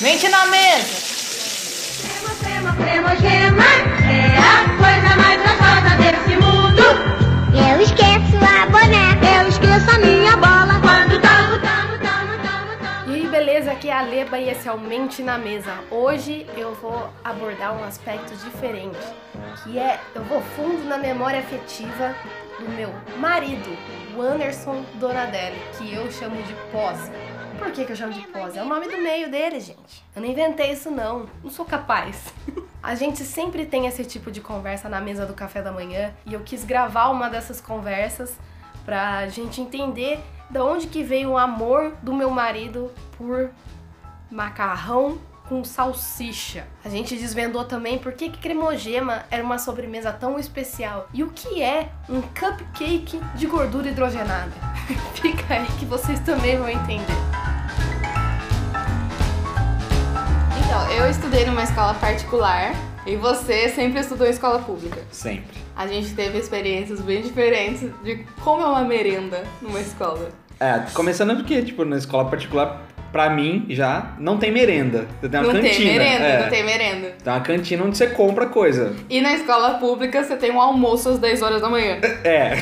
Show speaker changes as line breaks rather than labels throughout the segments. Mente na mesa.
Gema, gema, gema, gema é a coisa mais gostosa desse mundo.
Eu esqueço a boneca.
Eu esqueço a minha bola quando tamo, tamo, tamo, tamo, tamo.
E aí, beleza? Aqui é a Leba e esse é o Mente na Mesa. Hoje eu vou abordar um aspecto diferente, que é eu vou fundo na memória afetiva do meu marido, o Anderson Donadelli, que eu chamo de Pós. Por que, que eu chamo de Pós? É o nome do meio dele, gente. Eu não inventei isso, não. Não sou capaz. A gente sempre tem esse tipo de conversa na mesa do café da manhã e eu quis gravar uma dessas conversas pra gente entender da onde que veio o amor do meu marido por macarrão com salsicha. A gente desvendou também por que que cremogema era uma sobremesa tão especial e o que é um cupcake de gordura hidrogenada. Fica aí que vocês também vão entender.
Então, eu estudei numa escola particular e você sempre estudou em escola pública.
Sempre.
A gente teve experiências bem diferentes de como é uma merenda numa escola.
É, começando porque, tipo, na escola particular, pra mim, já, não tem merenda. Você tem uma
não
cantina.
tem merenda,
é.
não tem merenda.
Tem uma cantina onde você compra coisa.
E na escola pública você tem um almoço às 10 horas da manhã.
É.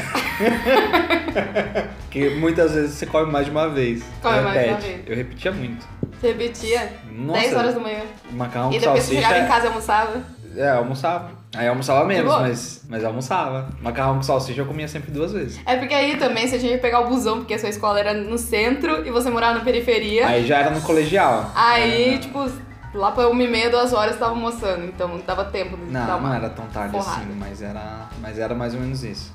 que muitas vezes você come mais de uma vez.
Come
Eu
mais de uma
repete.
vez.
Eu repetia muito.
Você repetia
Nossa.
10 horas da manhã.
Macarrão
E
com
depois você
salsicha.
chegava em casa e almoçava.
É, almoçava. Aí eu almoçava menos,
boa.
mas, mas almoçava. Macarrão com salsicha eu comia sempre duas vezes.
É porque aí também você tinha que pegar o busão, porque a sua escola era no centro e você morava na periferia.
Aí é. já era no colegial.
Aí, tipo, lá pra uma e meia, duas horas tava almoçando, então não dava tempo de dar
Não,
uma.
não era tão tarde
porrada.
assim, mas era, mas era mais ou menos isso.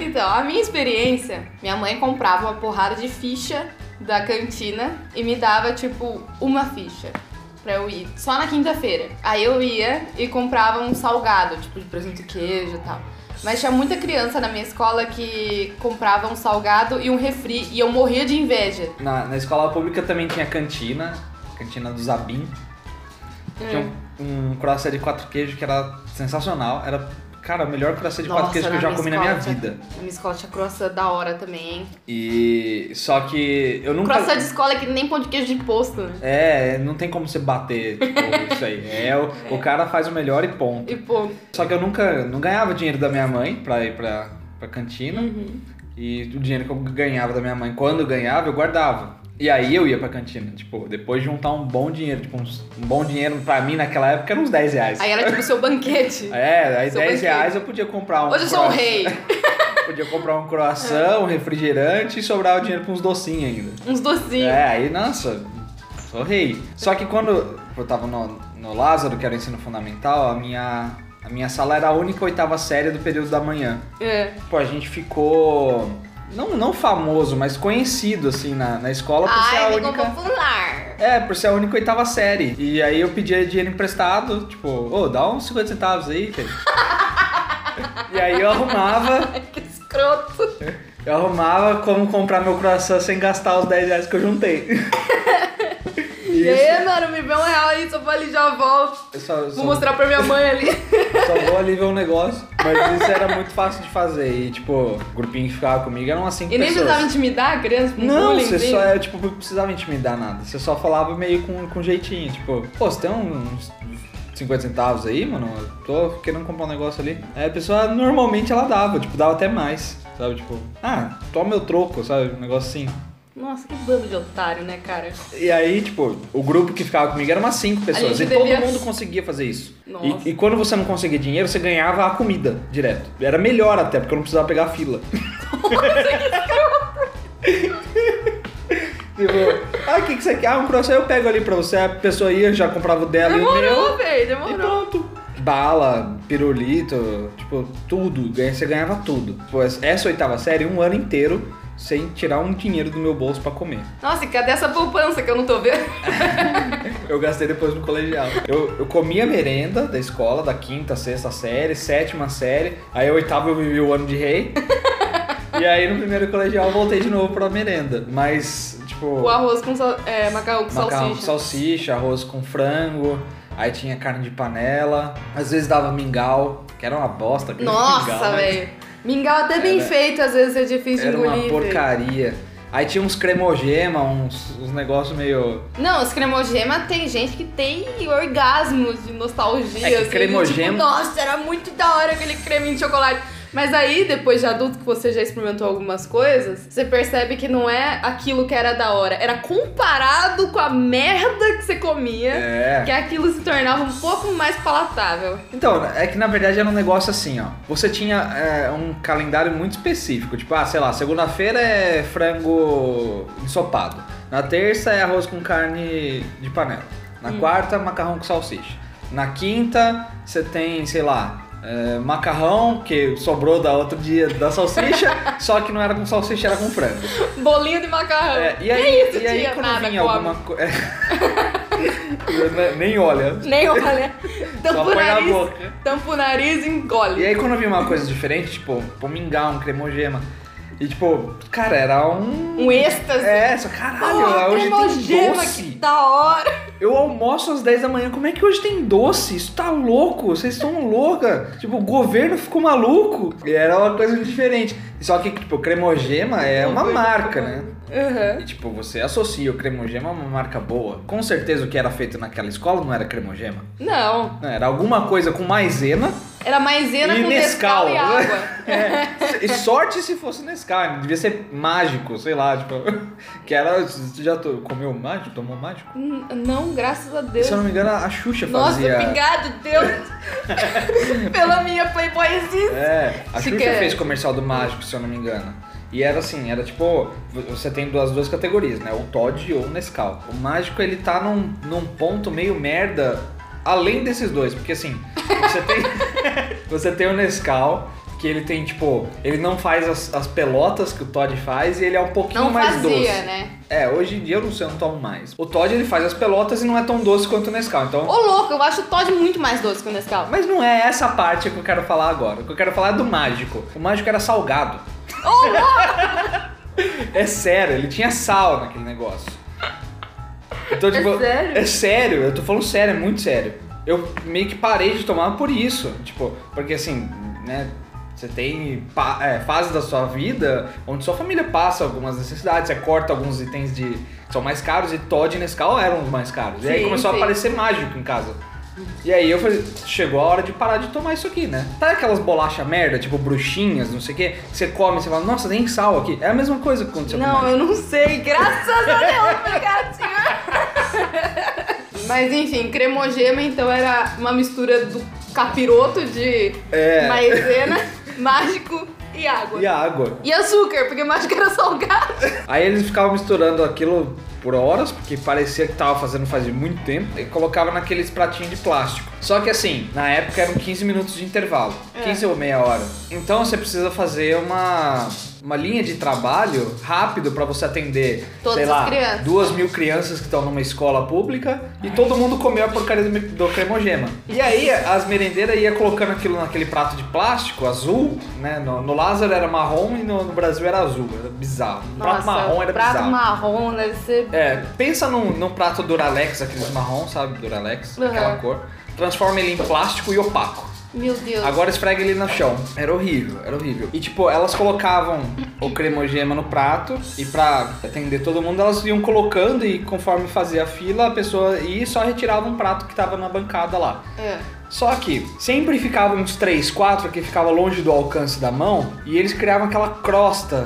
Então, a minha experiência, minha mãe comprava uma porrada de ficha da cantina e me dava, tipo, uma ficha pra eu ir só na quinta-feira. Aí eu ia e comprava um salgado, tipo, de presunto e queijo e tal. Mas tinha muita criança na minha escola que comprava um salgado e um refri e eu morria de inveja.
Na, na escola pública também tinha cantina, cantina do Zabim. Tinha
Hum.
um, um croissant de quatro queijos que era sensacional. Era, cara, o melhor croissant de quatro queijos que eu já comi na minha vida.
Na minha escola tinha croissant da hora também, hein?
E só que eu nunca.
Croissant de escola é que nem pão de queijo de posto, né?
É, não tem como você bater tipo, isso aí. É, o, o cara faz o melhor e ponto.
E pô,
Só que eu nunca não ganhava dinheiro da minha mãe pra ir pra, pra cantina.
Uhum.
E o dinheiro que eu ganhava da minha mãe, quando eu ganhava, eu guardava. E aí eu ia pra cantina, tipo, depois de juntar um bom dinheiro, tipo, uns- um bom dinheiro pra mim naquela época era uns 10 reais.
aí era tipo seu banquete.
É, aí
Sou
10
banqueiro.
reais eu podia comprar um.
Hoje eu sou um
croissant-
rei. É.
Podia comprar um croissant, um refrigerante e sobrava dinheiro pra uns docinhos ainda.
Uns docinhos.
É, aí, nossa, sou rei. Só que quando eu tava no, no Lázaro, que era o ensino fundamental, a minha, a minha sala era a única oitava série do período da manhã.
É.
Pô, a gente ficou. Não, não famoso, mas conhecido, assim, na, na escola por ser a
Ai, ficou
única.
popular.
É, por ser a única oitava série. E aí eu pedia dinheiro emprestado, tipo, ô, dá uns 50 centavos aí, filho. e aí eu arrumava,
Ai, que escroto.
eu arrumava como comprar meu croissant sem gastar os 10 reais que eu juntei.
E aí, mano, me vê um real aí, só vou ali já volto.
Eu só- um só-
Vou mostrar pra minha mãe ali.
Só vou ali ver um negócio. Mas isso era muito fácil de fazer. E, tipo, o grupinho que ficava comigo eram umas 5
E nem
pessoas.
precisava intimidar a criança com
Não,
bullying.
você
assim.
só é, tipo, não precisava intimidar nada. Você só falava meio com, com jeitinho. Tipo, pô, você tem uns 50 centavos aí, mano? Eu tô querendo comprar um negócio ali. Aí a pessoa normalmente ela dava, tipo, dava até mais. Sabe, tipo, ah, toma meu troco, sabe? Um negócio assim.
Nossa, que bando de otário, né, cara?
E aí, tipo, o grupo que ficava comigo era umas 5 pessoas. E
gente
todo
devia-
mundo conseguia fazer isso.
Nossa.
E, e quando você não conseguia dinheiro, você ganhava a comida direto. Era melhor até, porque eu não precisava pegar a fila. Tipo, ah, o que, que você quer? Ah, um croissant eu pego ali pra você. A pessoa ia, já comprava o dela e o meu.
Demorou, velho,
E
demorou.
pronto. Bala, pirulito, tipo, tudo. Ganha- Você ganhava tudo. Tipo, essa oitava série, um ano inteiro, sem tirar um dinheiro do meu bolso pra comer.
Nossa, e cadê essa poupança que eu não tô vendo?
Eu gastei depois no colegial. Eu, eu comia merenda da escola, da quinta, sexta série, sétima série. Aí a oitava eu vivi o ano de rei. e aí no primeiro colegial eu voltei de novo pra merenda. Mas, tipo,
O arroz com sal... é, macarrão com salsicha.
macarrão com salsicha, arroz com frango. Aí tinha carne de panela. Às vezes dava mingau, que era uma bosta. aquele mingau,
Nossa,
né?
velho. Mingau até bem
Era-
feito, às vezes é difícil
Era
engolir.
uma
velho.
porcaria. Aí tinha uns cremogema, uns, uns negócios meio.
Não, os cremogema tem gente que tem orgasmos de nostalgia.
É que
assim, de Tipo,
cremogema-
Nossa, era muito da hora aquele creme de chocolate. Mas aí, depois de adulto que você já experimentou algumas coisas, você percebe que não é aquilo que era da hora. Era comparado com a merda que você comia,
É.
que aquilo se tornava um pouco mais palatável.
Então, é que na verdade era um negócio assim, ó. Você tinha é, um calendário muito específico. Tipo, ah, sei lá, segunda-feira é frango ensopado. Na terça é arroz com carne de panela. Na
Hum.
quarta, macarrão com salsicha. Na quinta, você tem, sei lá, é, macarrão que sobrou da outro dia da salsicha, só que não era com salsicha, era com frango.
Bolinho de macarrão.
É, e aí,
que isso,
e aí
tia?
quando
Nada,
vinha
come.
alguma coisa. Nem olha.
Nem olha. Tampa o
põe na
nariz,
boca.
tampa o nariz e engole.
E aí quando eu vi uma coisa diferente, tipo, pomingá, um cremogema. E tipo, cara, era um.
Um êxtase.
É, só caralho,
Porra,
hoje tem
cremogema, que
doce.
da hora.
Eu almoço às 10 da manhã, como é que hoje tem doce? Isso tá louco, vocês estão louca. Tipo, o governo ficou maluco. E era uma coisa diferente. Só que, tipo, cremogema é uma
Governo
marca,
ficou
né?
Aham.
E, tipo, você associa o cremogema a uma marca boa. Com certeza o que era feito naquela escola não era cremogema.
Não,
Não, era alguma coisa com maisena
era maisena
e
com
Nescau.
Nescau e água.
É. E sorte se fosse Nescau, devia ser mágico, sei lá, tipo. Que era. Você já to- comeu mágico? Tomou mágico?
N- Não, graças a Deus.
Se eu não me engano, a Xuxa
Nossa,
fazia.
obrigado, Deus, pela minha playboyzinha.
É, a
Se
Xuxa
quer.
fez comercial do mágico, se eu não me engano. E era assim, era tipo, você tem duas, duas categorias, né? O Todd ou o Nescau. O mágico, ele tá num, num ponto meio merda, além desses dois, porque assim, você tem, você tem o Nescau, que ele tem, tipo, ele não faz as, as pelotas que o Todd faz e ele é um pouquinho
Não
mais
fazia,
doce.
né?
É, hoje em dia eu não sei, eu não tomo mais. O Todd, ele faz as pelotas e não é tão doce quanto o Nescau, então...
Ô, louco, eu acho o Todd muito mais doce que o Nescau.
Mas não é essa parte que eu quero falar agora. O que eu quero falar é do mágico. O mágico era salgado. é sério, ele tinha sal naquele negócio. Então, tipo,
sério?
É sério, eu tô falando sério, é muito sério. Eu meio que parei de tomar por isso. Tipo, porque assim, né? Você tem pa- é, fases da sua vida onde sua família passa algumas necessidades, você corta alguns itens de que são mais caros e Todd e Nescau eram os mais caros. e aí
Sim,
começou
sim.
a aparecer mágico em casa. E aí eu falei, chegou a hora de parar de tomar isso aqui, né? Tá aquelas bolachas merda, tipo bruxinhas, não sei o quê, que você come e você fala, nossa, tem sal aqui. É a mesma coisa que aconteceu com o
Não, eu não sei. Graças a Deus, obrigado, senhor. Mas enfim, cremogema então era uma mistura do capiroto de
É.
maisena, mágico e água.
E a água.
E açúcar, porque mágico era salgado.
Aí eles ficavam misturando aquilo por horas, porque parecia que tava fazendo faz muito tempo, e colocava naqueles pratinhos de plástico. Só que assim, na época eram 15 minutos de intervalo,
É.
15 ou meia hora. Então você precisa fazer uma, uma linha de trabalho rápido pra você atender,
Todas
sei
as
lá,
crianças.
duas mil crianças que estão numa escola pública e todo mundo comeu a porcaria do, mi- do cremogema. E aí as merendeiras iam colocando aquilo naquele prato de plástico azul, né? No, no Lázaro era marrom e no, no Brasil era azul, era bizarro. O prato marrom era
prato
bizarro.
marrom deve ser...
É, pensa num, num prato Duralex, aqueles marrom, sabe? Duralex,
Uhum.
aquela cor. Transforma ele em plástico e opaco.
Meu Deus.
Agora esfrega ele no chão. Era horrível, era horrível. E tipo, elas colocavam o cremogema no prato e pra atender todo mundo, elas iam colocando e conforme fazia a fila, a pessoa ia e só retirava um prato que tava na bancada lá.
É.
Só que sempre ficava uns 3, 4 que ficava longe do alcance da mão e eles criavam aquela crosta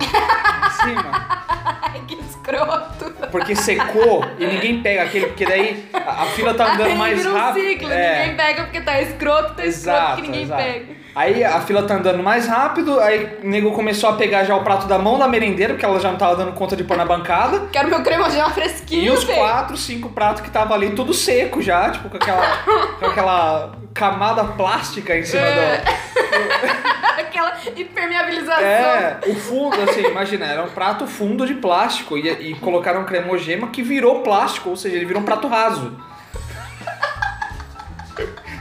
em cima.
Ai, que escroto.
Porque secou e ninguém pega aquele, porque daí a, a fila tá andando
Aí
mais
vira um
rápido.
ciclo,
É.
ninguém pega porque tá escroto, tá escroto que ninguém pega.
Aí a fila tá andando mais rápido, aí o nego começou a pegar já o prato da mão da merendeira, porque ela já não tava dando conta de pôr na bancada.
Quero meu é cremogema
E
fresquinho,
os
velho.
quatro, cinco pratos que tava ali, tudo seco já, tipo, com aquela, com aquela camada plástica em cima
É.
do.
Aquela impermeabilização.
É, o fundo, assim, imagina, era um prato fundo de plástico e, e colocaram cremogema que virou plástico, ou seja, ele virou um prato raso.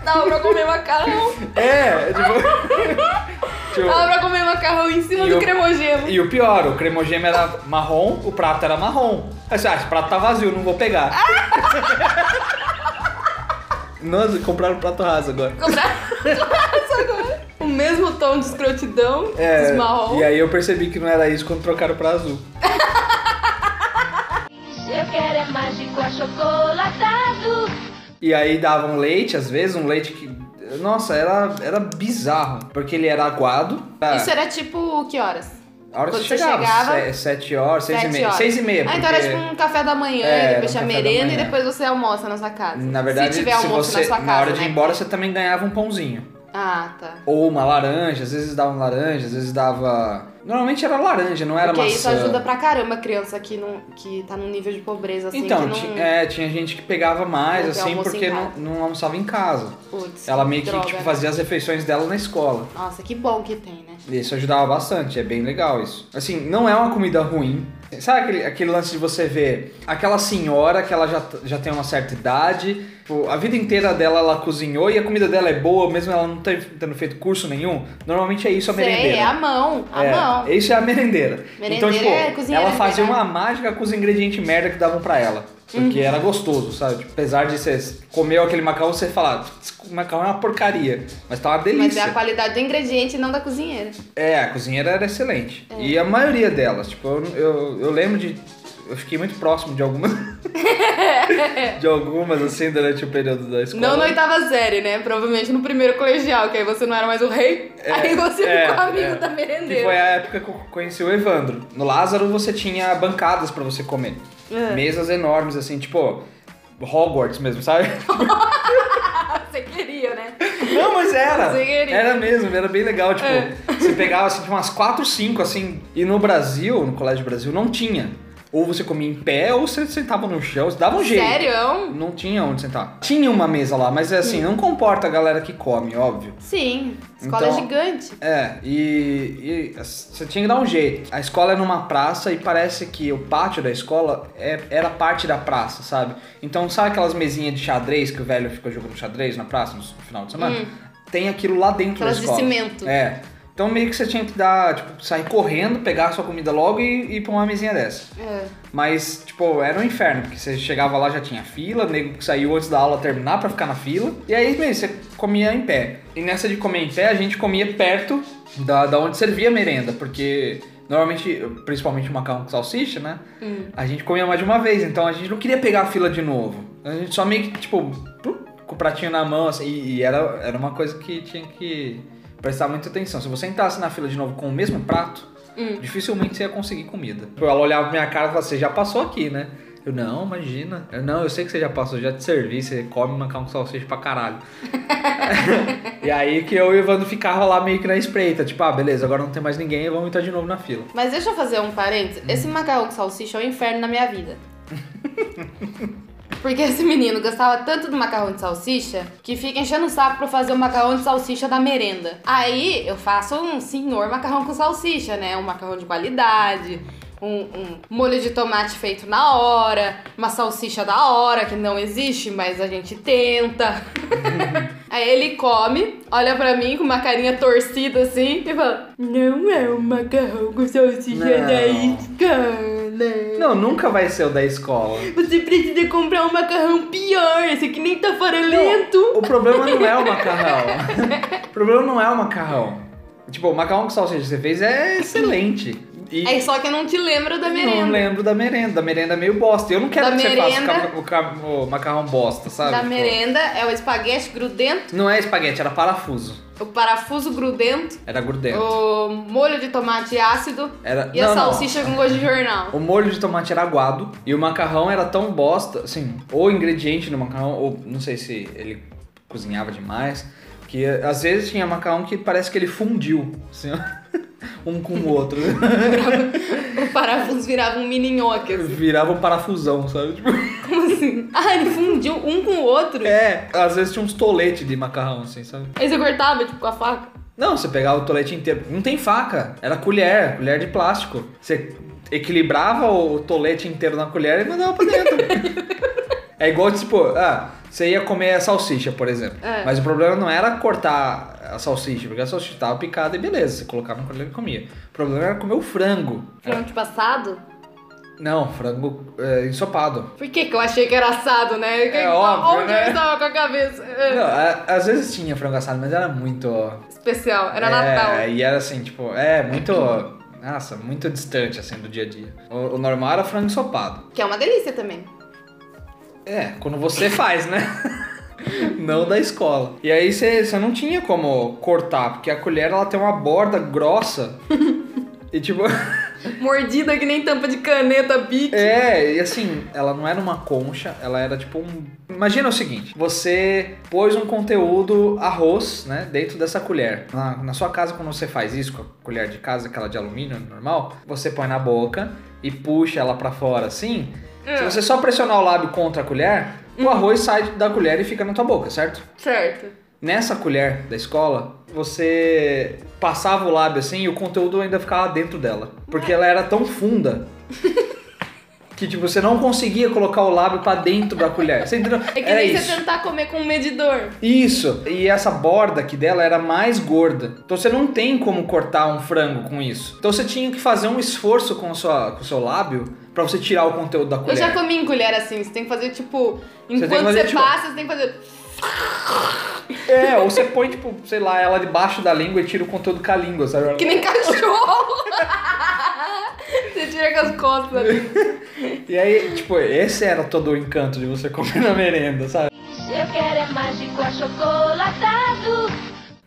Dava pra comer macarrão.
É, tipo. tipo,
Dava pra comer macarrão em cima
E
do
o-
cremogema.
E o pior, o cremogema era marrom, o prato era marrom. Aí você, ah, esse prato tá vazio, não vou pegar. Nossa, compraram um prato raso agora.
agora. O mesmo
É,
tom de escrotidão dos marrom.
e aí eu percebi que não era isso quando trocaram pra azul.
é achocolatado.
E aí dava um leite, às vezes, um leite que. Nossa, era, era bizarro. Porque ele era aguado. Era-
Isso era tipo que horas?
a hora que
quando
você
você
chegava,
chegava-
se- sete horas, seis
Sete
e meia.
horas.
Seis e meia,
Ah,
porque...
então era tipo um café da manhã,
É, era um
depois tinha
café da
merenda e
manhã.
depois você almoça na sua casa.
Na verdade,
se tiver almoço
você,
na sua casa.
na hora de
né?
ir embora, você também ganhava um pãozinho.
Ah, tá.
Ou uma laranja, às vezes dava uma laranja, às vezes dava... Normalmente era laranja, não era
Porque
maçã.
isso ajuda pra caramba a criança que, não, que tá num nível de pobreza assim.
Então,
que não...
ti- é, tinha gente que pegava mais,
Não tem
assim,
almoço em
porque não,
casa.
não almoçava em casa.
Putz,
Ela meio que
droga,
tipo,
né?
fazia as refeições dela na escola.
Nossa, que bom que tem, né?
Isso ajudava bastante, é bem legal isso. Assim, não é uma comida ruim. Sabe aquele, aquele lance de você ver aquela senhora que ela já, t- já tem uma certa idade, tipo, a vida inteira dela ela cozinhou e a comida dela é boa, mesmo ela não ter- tendo feito curso nenhum? Normalmente é isso a
Sei,
merendeira.
é a mão, a
É,
mão.
Isso é a merendeira.
Merendeira
então, tipo,
é cozinheira
ela fazia
liberal.
uma mágica com os ingredientes merda que davam pra ela. Porque
Uhum.
era gostoso, sabe? Tipo, apesar de você comeu aquele macarrão, você falar, macarrão é uma porcaria. Mas tá uma delícia.
Mas é a qualidade do ingrediente e não da cozinheira.
É, a cozinheira era excelente.
É.
E a maioria delas, tipo, eu, eu, eu lembro de. Eu fiquei muito próximo de algumas. de algumas, assim, durante o período da escola.
Não na oitava série, né? Provavelmente no primeiro colegial, que aí você não era mais o rei, aí você
é,
ficou amigo
é.
da
Que foi
merendeira.
a época que eu conheci o Evandro. No Lázaro você tinha bancadas pra você comer.
É.
Mesas enormes, assim, tipo. Hogwarts mesmo, sabe?
Você queria, né?
Não, mas era.
Você queria.
Era mesmo, era bem legal. Tipo,
É.
você pegava assim, tinha umas 4, 5, assim. E no Brasil, no Colégio Brasil, não tinha. Ou você comia em pé, ou você sentava no chão, você dava um jeito.
Sério? é
Não tinha onde sentar. Tinha uma mesa lá, mas é assim, não comporta a galera que come, óbvio.
Sim. Escola
Então-
é gigante.
É, e, e você tinha que dar um jeito. A escola é numa praça e parece que o pátio da escola é- era parte da praça, sabe? Então, sabe aquelas mesinhas de xadrez que o velho ficou jogando xadrez na praça no final de semana? Tem aquilo lá dentro
Hum. Aquelas
da
de
escola.
cimento.
É. Então, meio que você tinha que dar, tipo, sair correndo, pegar a sua comida logo e ir pra uma mesinha dessa.
É.
Mas, tipo, era um inferno, porque você chegava lá já tinha fila, nego que saiu antes da aula terminar pra ficar na fila. E aí, meu, você comia em pé. E nessa de comer em pé, a gente comia perto da, da onde servia a merenda, porque normalmente, principalmente o macarrão com salsicha, né? A gente comia mais de uma vez, então a gente não queria pegar a fila de novo. A gente só meio que, tipo, pru, com o pratinho na mão, assim, e, e era, era uma coisa que tinha que prestar muita atenção. Se você entrasse na fila de novo com o mesmo prato, dificilmente você ia conseguir comida. Tipo, Ela olhava pra minha cara e falava, você já passou aqui, né? Eu, não, imagina. Eu, não, eu sei que você já passou, já te servi, você come macarrão com salsicha pra caralho. e aí que eu e o Evandro ficava lá meio que na espreita, tipo, ah, beleza, agora não tem mais ninguém, vamos entrar de novo na fila.
Mas deixa eu fazer um parênteses. Esse macarrão com salsicha é um inferno na minha vida. Porque esse menino gostava tanto do macarrão de salsicha que fica enchendo o saco pra fazer o macarrão de salsicha da merenda. Aí eu faço um senhor macarrão com salsicha, né? Um macarrão de qualidade, um, um molho de tomate feito na hora, uma salsicha da hora que não existe, mas a gente tenta. Aí ele come, olha pra mim com uma carinha torcida assim e fala: Não é um macarrão com salsicha
Não.
da escala.
Não, nunca vai ser o da escola.
Você precisa comprar um macarrão pior, esse aqui nem tá farelento.
O problema não é o macarrão. o problema não é o macarrão. Tipo, o macarrão com salsicha que você fez é excelente. E
É só que eu não te lembro da merenda.
não lembro da merenda. Da merenda é meio bosta. Eu não quero
Da
que você
merenda-
faça o ca- o, ca- o macarrão bosta, sabe?
da
Tipo,
merenda é o espaguete grudento,
Não é espaguete, era parafuso.
o parafuso grudento,
Era grudento.
o molho de tomate ácido
Era...
Oh, e
não,
a
não.
salsicha com gosto de jornal.
O molho de tomate era aguado e o macarrão era tão bosta, assim, ou ingrediente no macarrão, ou não sei se ele cozinhava demais, que às vezes tinha macarrão que parece que ele fundiu, assim, um com o outro.
O parafuso virava um mini nhoque, assim.
Virava um parafusão, sabe? Tipo,
Como assim? Ah, ele fundiu um com o outro.
é, às vezes tinha uns toletes de macarrão, assim, sabe?
Aí você cortava, tipo, com a faca.
Não, você pegava o tolete inteiro. Não tem faca, era colher, colher de plástico. Você equilibrava o tolete inteiro na colher e mandava pra dentro. é igual, tipo, ah, você ia comer a salsicha, por exemplo.
É.
Mas o problema não era cortar a salsicha, porque a salsicha tava picada e beleza, você colocava na colher e comia. O problema era comer o frango.
Frango de passado.
Não, frango é, ensopado.
Por que que eu achei que era assado, né? Que-
óbvio,
Onde
né?
eu estava com a cabeça? É.
Não, a- às vezes tinha frango assado, mas era muito.
Especial, era
é,
Natal.
E era assim, tipo, é muito. Nossa, muito distante assim do dia a dia. O, o normal era frango ensopado.
Que é uma delícia também.
É, quando você faz, né? Não da escola. E aí você você não tinha como cortar, porque a colher ela tem uma borda grossa. e tipo.
Mordida que nem tampa de caneta, bique.
É, e assim, ela não era uma concha, ela era tipo um. Imagina o seguinte: você pôs um conteúdo arroz, né, dentro dessa colher. Na, na sua casa, quando você faz isso com a colher de casa, aquela de alumínio normal, você põe na boca e puxa ela pra fora assim. Se você só pressionar o lábio contra a colher, o arroz sai da colher e fica na tua boca, certo?
Certo.
Nessa colher da escola, você passava o lábio assim e o conteúdo ainda ficava dentro dela. Porque ela era tão funda que tipo, você não conseguia colocar o lábio pra dentro da colher. Você entendeu?
É que
era
nem
isso.
você tentar comer com um medidor.
Isso. E essa borda aqui dela era mais gorda. Então você não tem como cortar um frango com isso. Então você tinha que fazer um esforço com, a sua, com o seu lábio pra você tirar o conteúdo da colher.
Eu já comi em colher assim, você tem que fazer tipo.
tem que
Enquanto você,
fazer, tipo-
passa, você tem que fazer.
É, ou você põe, tipo, sei lá, ela debaixo da língua e tira o conteúdo com a língua, sabe?
Que nem cachorro! você tira com as costas ali.
E aí, tipo, esse era todo o encanto de você comer na merenda, sabe?
Eu quero é mágico achocolatado.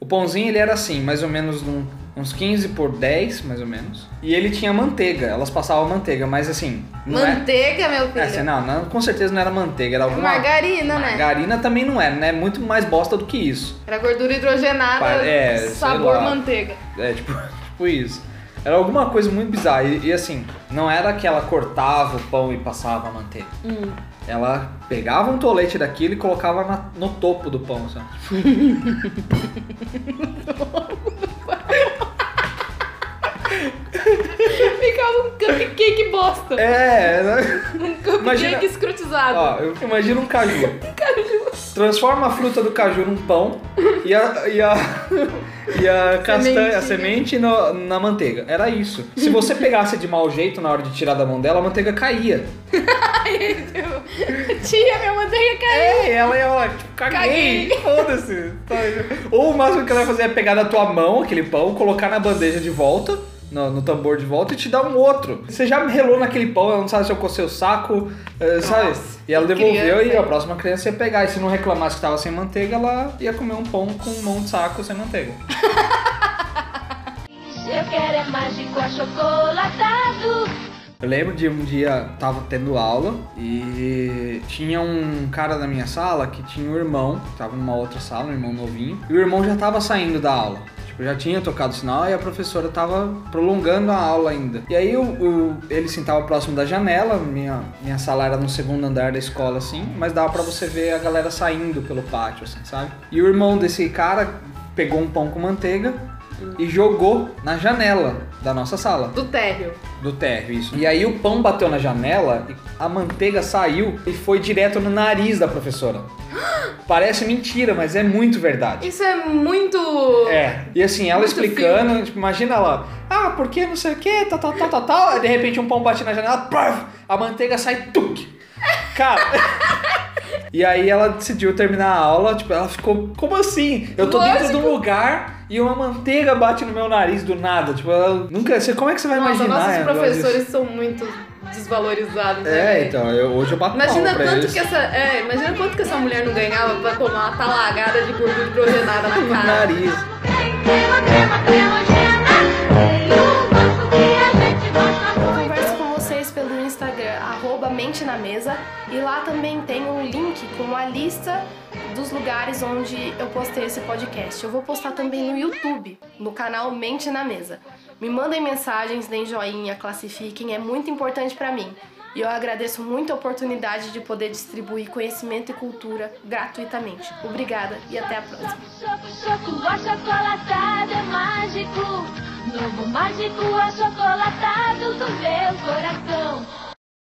O pãozinho, ele era assim, mais ou menos num- uns 15 por 10, mais ou menos. E ele tinha manteiga, elas passavam manteiga, mas assim, não é...
Manteiga, meu filho.
É, assim, não, não, com certeza não era manteiga, era alguma...
Margarina, né?
Margarina também não era, né? Muito mais bosta do que isso.
Era gordura hidrogenada,
Pa- é, sei
sabor
lá.
manteiga.
É, tipo, tipo isso. Era alguma coisa muito bizarra. E, e, assim, não era que ela cortava o pão e passava a manteiga.
Hum.
Ela pegava um tolete daquilo e colocava na- no topo do pão, sabe?
Ficava um cupcake bosta.
É, né?
Um cupcake
Imagina-
escrotizado.
Ó, eu imagino um caju. Transforma a fruta do caju num pão e a, e a, e a castanha, a semente no- na manteiga. Era isso. Se você pegasse de mau jeito na hora de tirar da mão dela, a manteiga caía.
Aí, tipo, Tia, minha manteiga caiu.
É, e ela ia lá, tipo, caguei,
Caguei.
foda-se. Tá aí. Ou o máximo que ela vai fazer é pegar da tua mão aquele pão, colocar na bandeja de volta, no, no tambor de volta e te dar um outro. Você já relou naquele pão, ela não sabe se eu cocei o saco, eh, sabe? E ela devolveu
criança,
e a
hein?
próxima criança ia pegar. E se não reclamasse que tava sem manteiga, ela ia comer um pão com um mão de saco sem manteiga.
Eu quero é mágico achocolatado.
Eu lembro de um dia tava tendo aula e tinha um cara da minha sala que tinha um irmão, tava numa outra sala, um irmão novinho, e o irmão já tava saindo da aula. Tipo, já tinha tocado o sinal e a professora tava prolongando a aula ainda. E aí o, o- ele sentava próximo da janela, minha, minha sala era no segundo andar da escola assim, mas dava pra você ver a galera saindo pelo pátio, assim, sabe? E o irmão desse cara pegou um pão com manteiga e jogou na janela da nossa sala
Do térreo.
do térreo, isso. E aí o pão bateu na janela, e a manteiga saiu e foi direto no nariz da professora. Parece mentira, mas é muito verdade.
Isso é muito.
É. E assim, ela
Muito
explicando, tipo, imagina ela, ah, porque não sei o que, tal, tal, tal, tal, tal. Aí, de repente um pão bate na janela, paf, a manteiga sai, tuc. Cara. E aí ela decidiu terminar a aula, tipo, ela ficou, como assim? Eu tô dentro de um lugar e uma manteiga bate no meu nariz do nada. Tipo, ela nunca. Você, como é que você vai
Nossa,
imaginar?
nossos
um negócio desse?
professores são muito desvalorizados. né,
É,
velho?
então, eu, hoje eu bato
Imagina
palma pra
quanto
eles.
que essa. É, imagina quanto que essa mulher não ganhava pra tomar uma talagada de gordura hidrogenada na
No
cara.
nariz.
Crema, crema, crema, gema. Tem um gosto que a gente gosta
Eu
muito.
converso com vocês pelo Instagram, arroba Mente na Mesa, e lá também tem um link com a lista dos lugares onde eu postei esse podcast. Eu vou postar também no YouTube, no canal Mente na Mesa. Me mandem mensagens, deem joinha, classifiquem, é muito importante pra mim. E eu agradeço muito a oportunidade de poder distribuir conhecimento e cultura gratuitamente. Obrigada e até a próxima.
Choco, choco, achocolatado é mágico. Novo mágico achocolatado do meu coração.